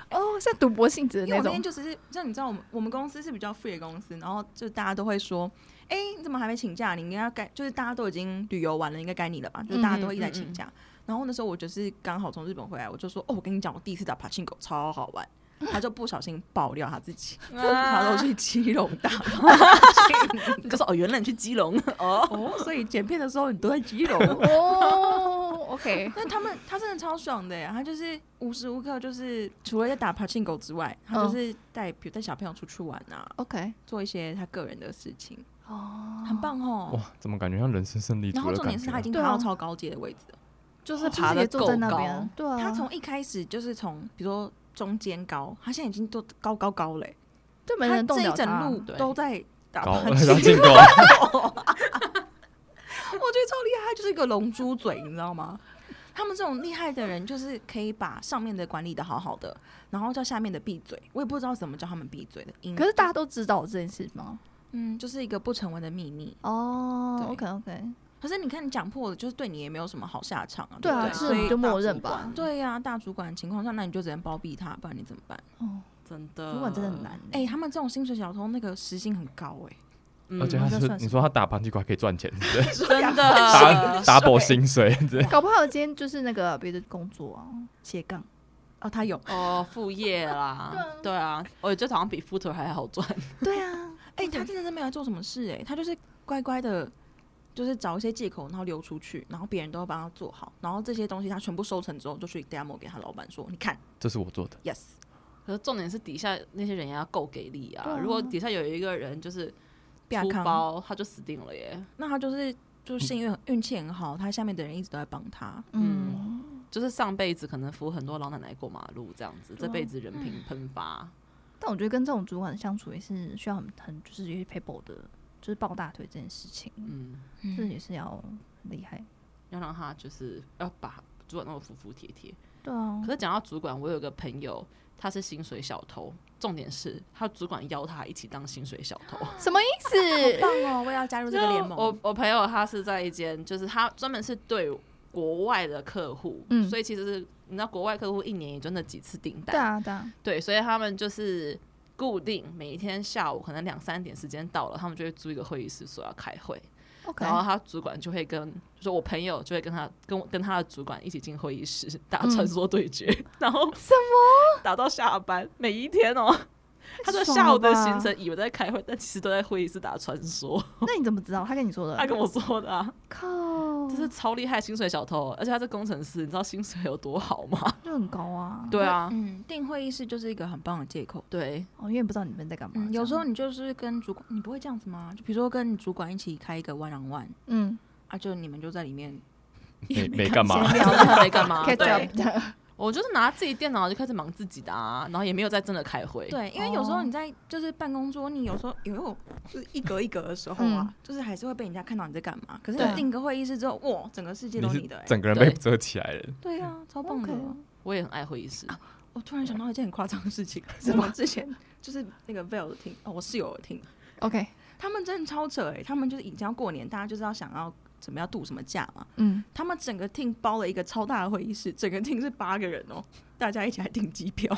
哦，像赌博性质的
因为
那
我那天。
种 [LAUGHS]
就只是，像你知道，我们我们公司是比较 free 的公司，然后就大家都会说，哎、你怎么还没请假？你应该该，就是大家都已经旅游完了，应该该你了吧？就是大家都会一直在请假。然后那时候我就是刚好从日本回来，我就说，哦，我跟你讲，我第一次打爬庆狗超好玩。他就不小心爆料他自己，他
啊
都去基隆打
你就说哦，原来你去基隆哦，
哦，所以剪片的时候你都在基隆。
[LAUGHS] 哦，OK，
[LAUGHS] 但他们他真的超爽的耶，他就是无时无刻就是除了在打 p a c h i n g o 之外，他就是带比如带小朋友出去玩啊，
OK，
做一些他个人的事情，
哦，
很。棒哦。
哇，怎么感觉像人生胜利
然
组
后
的
重
感
点是
觉
他
啊
已？经
对
爬
啊
到超高阶的位置了，
就是
哦就是
爬
也
的
坐
够
在那边
高
啊，，对啊，
他从一开始就是从比如说中间高，他现在已经都高高高嘞，
就没
他
人动
这一
了
整
他
路
对
都在打
啊 [LAUGHS]
p a
高，然
c h
后
i n g
进
o
攻，
[LAUGHS] 我觉得超厉害，就是一个龙珠嘴，你知道吗？他们这种厉害的人，就是可以把上面的管理的好好的，然后叫下面的闭嘴。我也不知道怎么叫他们闭嘴的音。
可是大家都知道这件事吗？
嗯，就是一个不成文的秘密。
哦
对
，OK OK，
可是你看，你讲破了，就是对你也没有什么好下场啊。
对啊，
不
就是
所
我
以
们就
大
默
主
认吧
管。
对呀、大主管的情况下，那你就只能包庇他，不然你怎么办？
哦，
真的，
主管真的很难
哎、
欸。
他们这种薪水小偷，那个时薪很高哎、
嗯，
而且
好
他
像
是
算是
你说他打盘鸡块可以赚钱，对不对
真
打
的，
打 double 薪水，对，
搞不好今天就是那个别的工作啊，斜杠。
哦，他有
[LAUGHS] 哦，副业啦，对啊，我觉得好像比 footer 还好赚，
对
[LAUGHS]
啊，
哎、他真的是没有做什么事哎、他就是乖乖的，就是找一些借口，然后流出去，然后别人都帮他做好，然后这些东西他全部收成之后，就去 demo 给他老板说，你看
这是我做的，
，yes，
可是重点是底下那些人也要够给力
对
啊
啊！
如果底下有一个人就是
亚
出
康
包，他就死定了耶！
那他就是就是幸运运气很好，他下面的人一直都在帮他，
嗯，
就是上辈子可能扶很多老奶奶过马路这样子，
对啊
这辈子人品喷发，
但我觉得跟这种主管相处也是需要很很就是有些 people 的，就是抱大腿这件事情，
嗯，
这也是要很厉害。
要让他就是要把主管弄得服服帖帖。
对啊
可，是讲到主管，我有个朋友，他是薪水小偷，重点是他主管邀他一起当薪水小偷。
什么意 [LAUGHS]
好
思？
棒哦，我也要加入这个
就
联 [LAUGHS] 盟，
我我朋友他是在一间，就是他专门是对国外的客户，
嗯
所以其实是你知道国外客户一年也就那几次订单，
对啊，对啊，
对，所以他们就是固定每天下午可能两三点时间到了，他们就会租一个会议室说要开会，
，OK，
然后他主管就会跟，就是我朋友就会跟他跟我跟他的主管一起进会议室打
嗯
传说对决，然后
什
[LAUGHS]
么？
打到下班，每一天哦。他的
爽
下午
了
的
吧
行程以为在开会，但其实都在会议室打传说。
那你怎么知道？他跟你说的？
他跟我说的、啊，
靠，
这是超厉害薪水小偷，哦而且他是工程师，你知道薪水有多好吗？
就很高啊。，
对啊，
嗯，订会议室就是一个很棒的借口。
对，
哦，因为不知道你们在干嘛
嗯，。有
这
时候
样，
你就是跟主管，你不会这样子吗？就比如说跟主管一起开一个 one on one
嗯，
啊，就你们就在里面
没没干嘛
闲，
真
[LAUGHS]
的没干嘛。[LAUGHS]
catch
对，
up
我就是拿自己电脑就开始忙自己的啊，然后也没有在真的开会。，
对，因为有时
哦
候你在就是办公桌，你有时候也有就是一格一格的时候啊，
嗯
就是还是会被人家看到你在干嘛。可是
对
你定个会议室之后，哇，整个世界都
是
啊你的、欸，
整个人被遮起来了，
对啊，超棒的。
OK
我也很爱会议室。
我突然想到一件很夸张的事 [LAUGHS] 情，是我之前就是那个 Vel 的听，哦，我室友的听，
OK，
他们真的超扯哎、他们就是已经要过年，大家就是要想要怎么要度什么假嘛，
嗯，
他们整个 team 包了一个超大的会议室，整个 team 是八个人哦，大家一起来订机票，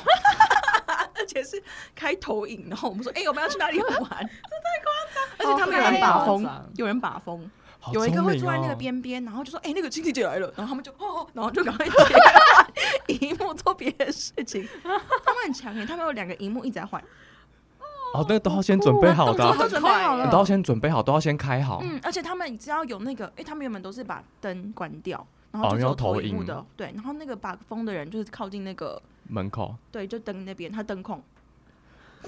[LAUGHS] 而且是开投影，然后我们说，哎、我们要去哪里玩？这太 [LAUGHS] 夸张！而且他们有人把
好夸
风
张，
有人把风，
哦好
有一个
聪
会
明
坐在那个
哦
边边，然后就说，哎、那个亲戚姐来了，然后他们就哦，哦然后就赶快 [LAUGHS] 荧幕做别的事情，他们很强欸耶，他们有两个荧幕一直在换，
哦，那个都要先准备好的啊
动，作
都准备好
很快
你都要
哦了，
先准备好，都要先开好，
嗯，而且他们只要有那个，哎、他们原本都是把灯关掉。然后
哦
就
因为要
走投
投
影幕
影
的，对，然后那个把风的人就是靠近那个
门口
对，就灯那边，他灯控，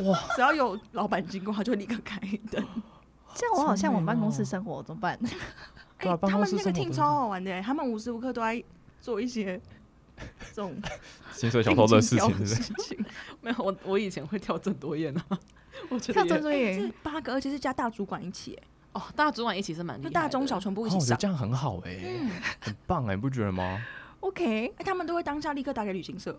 哇，
[LAUGHS] 只要有老板经过，他就立刻开灯。
这样我好像我办公
聪明
室
哦
生活怎
[LAUGHS]
么办？
哎、
对啊办
他
公
们
室
那个
生活
team
都是
超好玩的、欸他们无时无刻都在做一些
[LAUGHS]
这种
薪水小偷
[LAUGHS]
的事情，哦
竞技
是不是？
事情。
没有，我我以前会跳郑多燕啊， [LAUGHS] 我觉
跳
得也
针
[LAUGHS]
对
这
眼，
[LAUGHS] 八个，而且是加大主管一起、欸
哦，大家主管一起是蛮厉
就
害的，
大中小全部
哦
一起
我觉得
上。
这样很好哎，
嗯
很棒哎，你不觉得吗？
，OK，
哎他们都会当下立刻打给旅行社，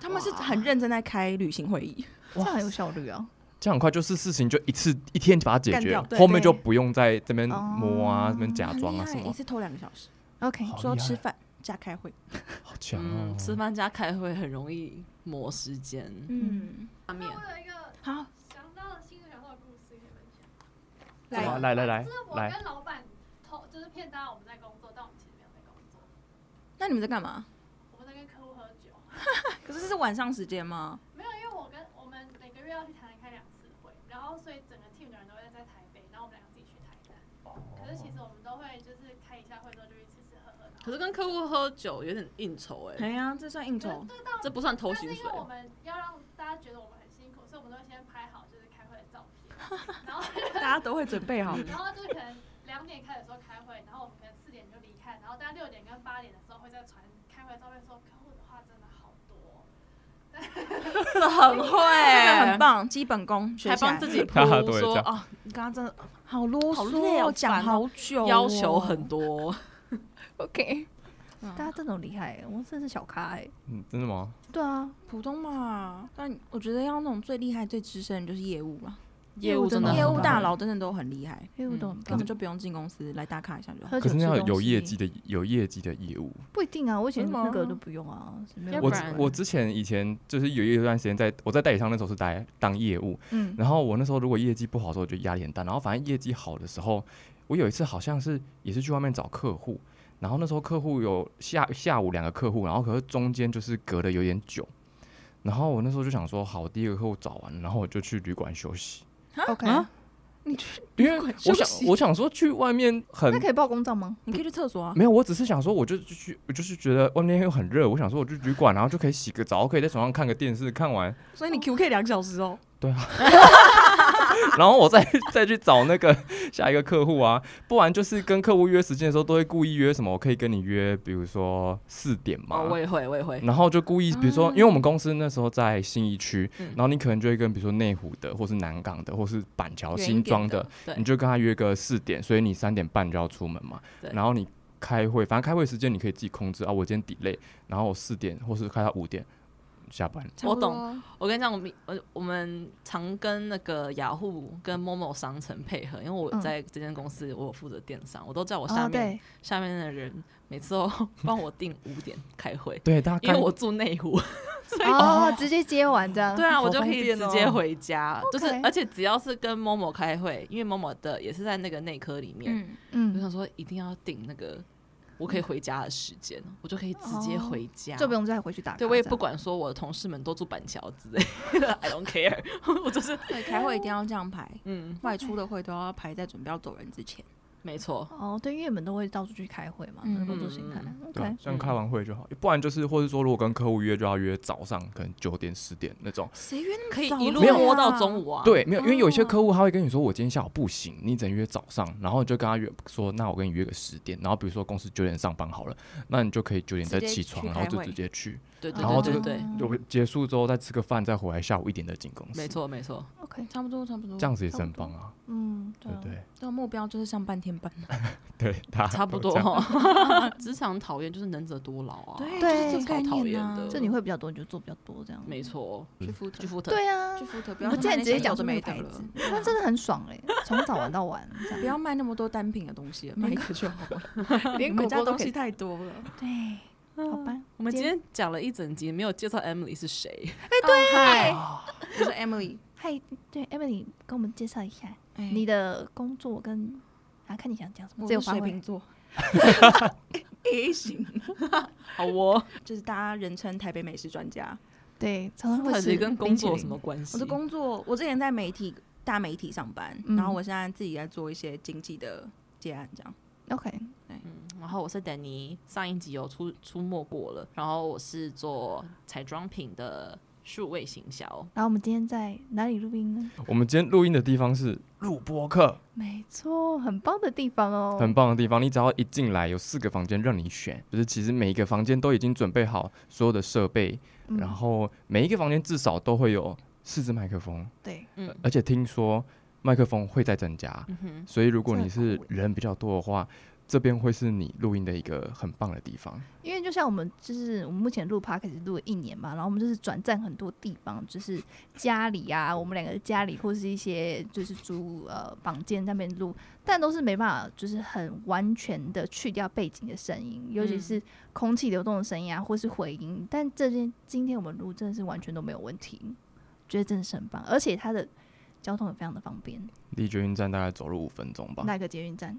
他们是很认真在开旅行会议，
这样很有效率啊。
这样很快就是事情就一次一天把它解
干
决
掉，对
后面
对
就不用在这边
哦
摸啊、这边假
很
装
厉
啊
害
什么
一，次偷两个小时，
OK，
好
说
厉害
吃饭加开会。
好强哦
啊
嗯，！吃饭加开会很容易磨时间。
嗯，
下面
我有一个
好，
想到的新的小偷的故事可以分享。
怎么
来
啊来来来
就是我
来，
跟老板偷，就是骗大家我们在工作，但我们其实没有在工作，
那你们在干嘛？
我们在跟客户喝酒。
可是这是晚上时间吗？
没有，因为我上去台南开两次会，然后所以整个 team 的人都会在台北，然后我们两个自己去台南。可是其实我们都会就是开一下会之后就去吃吃喝喝，然后
可是跟客户喝酒有点应酬哎、
哎呀，这算应酬，
对到
这不算偷
但
薪
是因
水
为。我们要让大家觉得我们很辛苦，所以我们都会先拍好就是开会的照片，然后
[LAUGHS] 大家都会准备 [LAUGHS] 好。
然后就是可能两点开始说开会，然后我们可能四点就离开，然后大家六点跟八点的时候会再传开会的照片说客户的话真的好多，
这很会，
这个很棒，基本功学
还
起来
帮自己铺
大家都会这
说
样
啊，你刚刚真的
好啰
好
嗦
累
哦，
好
讲
烦哦
好久哦，
要求很多，
OK，
嗯
大家这种厉害、欸，我真的是小咖哎、
嗯，真的吗？
对啊，
普通嘛。但我觉得要那种最厉害、最资深的就是业务嘛，
业务真的
很
业务
棒
大佬真的都很厉害，
因为我都很
根
棒
本就不用进公司来打卡一下就好。
喝
可
酒
是那要
吃东
有业绩
西
的，有业绩的业务。
不一定啊。我以前
真的
那个
吗
都不用啊，是没
要
有
不
我
关
之
然
我之前以前就是有一段时间在我在代理商那时候是待当业务，
嗯，
然后我那时候如果业绩不好的时候，我就压力很大。然后反正业绩好的时候，我有一次好像是也是去外面找客户，然后那时候客户有下下午两个客户，然后可是中间就是隔的有点久。然后我那时候就想说，好，我第一个客户找完了，然后我就去旅馆休息，
OK，、
啊
因为
休
我想
息
我想说去外面很
那可以报公账吗？
你可以去厕所啊，
没有，我只是想说，我就就去，我就是觉得外面又很热，我想说我去旅馆，然后就可以洗个澡，可以在床上看个电视，看完，
所以你 QK 两小时哦。
然后我再 [LAUGHS] 再去找那个 [LAUGHS] 下一个客户啊，不然就是跟客户约时间的时候，都会故意约什么，我可以跟你约，比如说四点嘛。
哦，我也会，我也会，
然后就故意，比如说，因为我们公司那时候在信义区，
嗯
然后你可能就会跟比如说内湖的，或是南港的，或是板桥、
远一
新
点
庄
的
的，
对
你就跟他约个四点，所以你三点半就要出门嘛
对。
然后你开会，反正开会时间你可以自己控制啊。我今天 delay，然后我四点或是开到五点下班。
我
啊
懂。我跟你讲，我们呃我们常跟那个雅虎跟 Momo 商城配合，因为我
嗯
在这间公司我有负责电商，我都叫我下
哦，
面、 [LAUGHS]
对，
下面的人每次都帮我定五点开
[LAUGHS]
会，
对，大家
因
看
为我住内湖，
哦， [LAUGHS] 直接接完这
[LAUGHS]
样。
对啊，
好
我就可
方
以
便
直
哦
接回家，就是
，OK
而且只要是跟 Momo 开会，因为 Momo 的也是在那个内科里面，
嗯，
我
嗯，
想说一定要定那个我可以回家的时间，我就可以直接
哦
回家，
就不用再回去打卡
对
这样。
我也不管说我的同事们都住板桥之类的 [LAUGHS] ，I don't care，我就是
对，开会一定要这样排，
嗯，
外出的会都要排在准备要走人之前。
没错，
哦，对，因为你们都会到处去开会嘛，
嗯
那个工作形态
嗯。
对啊
OK，，
这样开完会就好，不然就是或者说如果跟客户约就要约早上，可能九点十点那种。
谁约那么
可以
早
一路
啊
摸到中午啊，，
对，没有，因为有一些客户他会跟你说，我今天下午不行，你只能约早上，然后你就跟他约说，那我跟你约个十点，然后比如说公司九点上班好了，那你就可以九点再
直接
起
去
床，
开
然后就
会
直接去，
对对
然后
对
这个
对对，
嗯
就结束之后再吃个饭，再回来下午一点再进公司，
没，错没错，
OK，
差不多，差不多。
这样子也是很棒啊，
嗯，
对
啊
不对？
这个目标就是上半天班。
对，大家
差不
都
多
啊这样
哦。 [LAUGHS] 职场讨厌就是能者多劳啊，
对
就是这个概
超讨
念
厌
啊
的。
这你会比较多，你就做比较多这样。
没错，
嗯
去负责
去，福特，
对啊
去，负责，不
我
要
们竟
卖
然
那
直接
些
讲
有
出
的
那
没
个
的
牌
了
子，那真的很爽哎，从早玩到晚，这
不
样
要卖那么多单品的东西了，卖一个就好了。你
连
们
狗
家
狗都
东
可
西
以。
太多了。
对，好吧，
我们今天讲了一整集，没有介绍 Emily 是谁，
哎，对，嗨我是 Emily，
嗨，对，Emily，跟我们介绍一下
哎
你的工作跟啊，看你想讲什么，
我
自由
是
发
水
挥
瓶。
[LAUGHS]
座 [LAUGHS] ，A 型，
好哦，
就是大家人称台北美食专家。
对，常
[LAUGHS]
常
到
会
底
是
跟工作有什么关系？
我的工作，我之前在媒体大媒体上班，
嗯
然后我现在自己在做一些经济的接案，这样。
？OK，
嗯，然后我是丹尼，上一集有出出没过了，然后我是做彩妆品的数位行销，
然后我们今天在哪里录音呢？
我们今天录音的地方是录播课，
没错，很棒的地方哦。
很棒的地方。你只要一进来，有四个房间让你选，就是其实每一个房间都已经准备好所有的设备，
嗯
然后每一个房间至少都会有四支麦克风，
对，
嗯
而且听说麦克风会再增加，
嗯哼，
所以如果
这
你
很
是
酷欸
人比较多的话，这边会是你录音的一个很棒的地方。
因为就像我们就是我们目前录 p o d c a s 录了一年嘛，然后我们就是转战很多地方，就是家里啊，我们两个的家里或是一些就是租呃房间那边录，但都是没办法，就是很完全的去掉背景的声音，尤其
嗯
是空气流动的声音啊，或是回音。但这件今天我们录真的是完全都没有问题，觉得真的是很棒，而且它的交通也非常的方便，
离捷运站大概走路五分钟吧，
那个捷运站。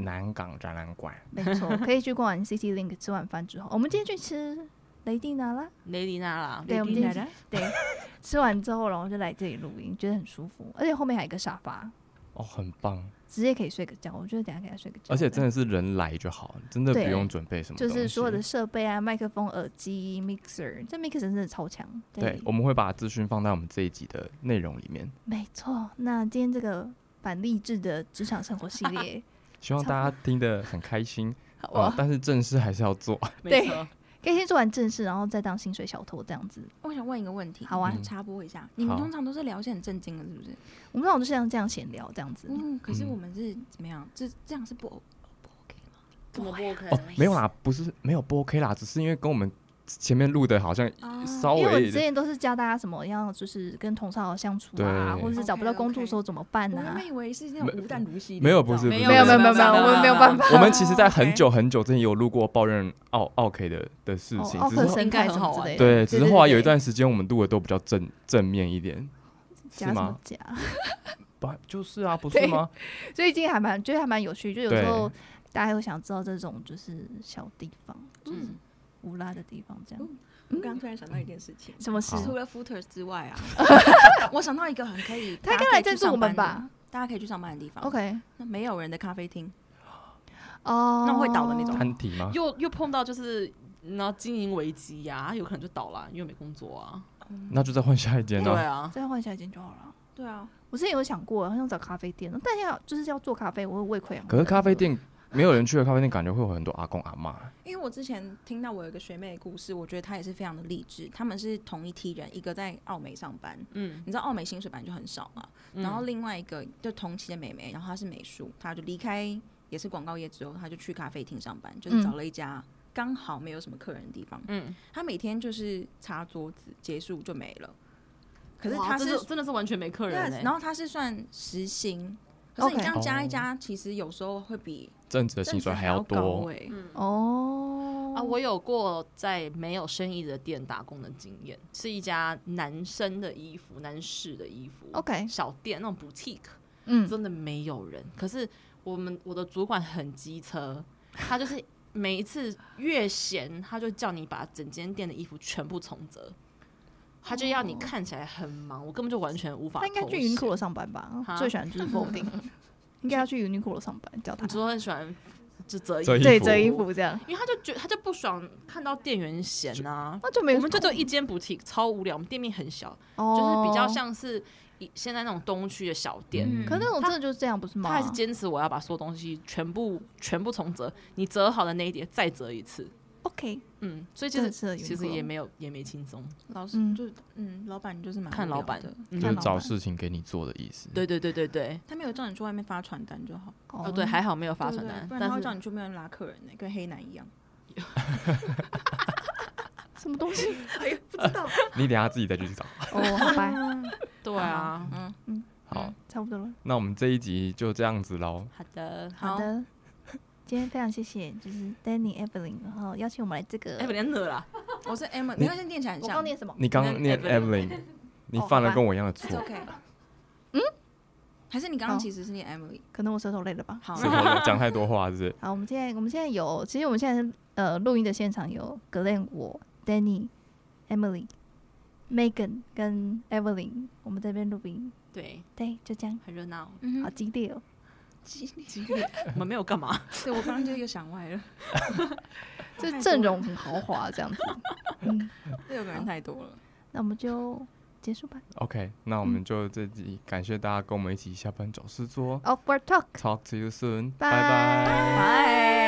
南港展览馆。
没错，可以去逛完 City Link 吃完饭之后，我们今天去吃雷迪拿拉，
雷迪娜啦，
对，我们
迪
今
拿
天
拉
对吃完之后，然后就来这里录音，觉得很舒服，而且后面还有一个沙发，
哦，很棒，
直接可以睡个觉。我觉得等一下给他睡个觉，
而且真的是人来就好，真的不
对
用准备什么
就
东西，
是所有的设备啊，麦克风、耳机、mixer，这 mixer 真的超强。
对，我们会把资讯放在我们这一集的内容里面，
没错。那今天这个反励志的职场生活系列，
希望
超
大家听得很开心。
我、
哦，但是正事还是要
[LAUGHS]
做。
没
对
错，
可以先做完正事，然后再当薪水小偷这样子。
我想问一个问题，
好啊
我插播一下，你们
好
通常都是聊一些很震惊的，是不是？
我们那种就是像这样闲聊这样子，
嗯，可是
嗯
我们是怎么样？这这样是不 O 不 OK 吗？
怎么不 OK？
哦，没有啦，不是没有不 OK 啦，只是因为跟我们前面录的好像
啊
稍
哦因为我
微
之前都是教大家怎么样，就是跟同事好好相处啊，
对
或者是找不到
OK，OK
工作的时候怎么办
我
啊
原。本以为是那种
没
无蛋如息的，
没有
你知道
不
吗
是没
有
有没有
没有没有我们没有办
法
我们其实，在很
OK
[LAUGHS]
久很久之前有录过抱怨奥奥 K 的的事
哦
情，
奥
只
克
是
生
应该
态
很
什
好
么之
玩
类的，
对，只是后来有一
对
段时间我们录的都比较正正面一点，是
假什么
吗？
假，
不，就是啊，不是吗？
所以今天还蛮觉得还蛮有趣，就有时
对
候大家会想知道这种就是小地方，就是
嗯
无拉的地方这样。
我刚刚突然想到一件事情，
什么事？
好
除了 Footers 之外 [LAUGHS] 啊，我想到一个很可以，
他
大家
应该
可以
来赞
去
助
上
我们
班的
吧？
大家可以去上班的地方。
？OK，
那没有人的咖啡厅，
哦，
那我会倒的那种
摊体吗？
又又碰到就是然后经营危机呀，有可能就倒了，因为没工作啊。
那就再换下一间
对
啊。
啊，
再换下一间就好了。
对啊，
我之前有想过，好想找咖啡店，但要就是要做咖啡，我会胃溃疡。
可是咖啡店没有人去的咖啡店，感觉会有很多阿公阿妈。
因为我之前听到我有一个学妹的故事，我觉得她也是非常的励志。他们是同一批人，一个在澳美上班，
嗯，
你知道澳美薪水本来就很少嘛，然后另外一个就同期的美眉，然后她是美术，她就离开也是广告业之后，她就去咖啡厅上班，就是
嗯
找了一家刚好没有什么客人的地方。
嗯，
她每天就是擦桌子，结束就没了。可
可
是她是
真的是完全没客人
yes，
欸
然后她是算时薪，可是你
OK
这样加一加，其实有时候会比
正职的薪水
还
还要
高
多，
欸
哦
啊，我有过在没有生意的店打工的经验，是一家男生的衣服、男士的衣服
OK
小店那种 boutique，
嗯
真的没有人。可是我们我的主管很机车，他就是每一次越闲，他就叫你把整间店的衣服全部重折，他就要你看起来很忙，我根本就完全无法。
他应该去
云
Uniqlo 上班吧
哈？
最喜欢就是
[LAUGHS]
folding，应该要去 Uniqlo 上班，叫他
你说很喜欢就折衣
折
服，
衣
对
服
折衣服这样，
因为他就觉得他就不爽看到店员闲啊。
那就没有
我们就只有一间 boutique，超无聊。我们店面很小，就是
哦
比较。像是以现在那种东区的小店。
嗯
可是那种真的就是这样，不是吗？
他还是坚持我要把所有东西全部全部重折，你折好的那一叠再折一次。
OK，
嗯，所以其
真的
实
是有
其实也没有也没轻松，
老师
嗯
就嗯，老板就是蛮
看
无聊
老板
的。
就
嗯
是
看老
找
板
事情给你做的意思。
对对对对对，
他没有叫你去外面发传单就好，
哦对，还好没有发
对
传
对
单
不，然他
但
会叫
是
你去外面拉客人呢、跟黑男一样。
什么东西？
哎呀，不知道。
你等一下自己再去找。
[LAUGHS] 哦，好吧，
[LAUGHS] 对啊，
嗯，
好，
差不多了。
那我们这一集就这样子喽。
好的。
好
好，
的，今天非常谢谢，就是 Danny Evelyn，然后邀请我们来这个。
哎，不连了啦，
我是 Emma，你看现在念起来很
我刚
像。
念什么？
你刚刚念 Evelyn，你犯了跟我一样
[LAUGHS]
的
It's
错，
OK。嗯？还是你刚刚
好
其实是念 Emily？
可能我舌头累了吧。
好，
是我讲太多话，是不是？
好，我们现在我们现在有，其实我们现在是呃录音的现场有 Glen、我、Danny、Emily、Megan 跟 Evelyn，我们这边录音。
对，
对，就这样，
很热闹，
嗯
好
哼，
激烈哦。
[LAUGHS] 我们没有干嘛，
[LAUGHS] 对我刚刚就又想歪了，
这阵容很豪华，这样子。嗯，
六个人太多
[LAUGHS]
了。
那我们就结束吧。
OK，那我们就这集感谢大家跟我们一起下班找事做哦。
Off Work Talk。
Talk to you soon，
拜
拜拜。
拜。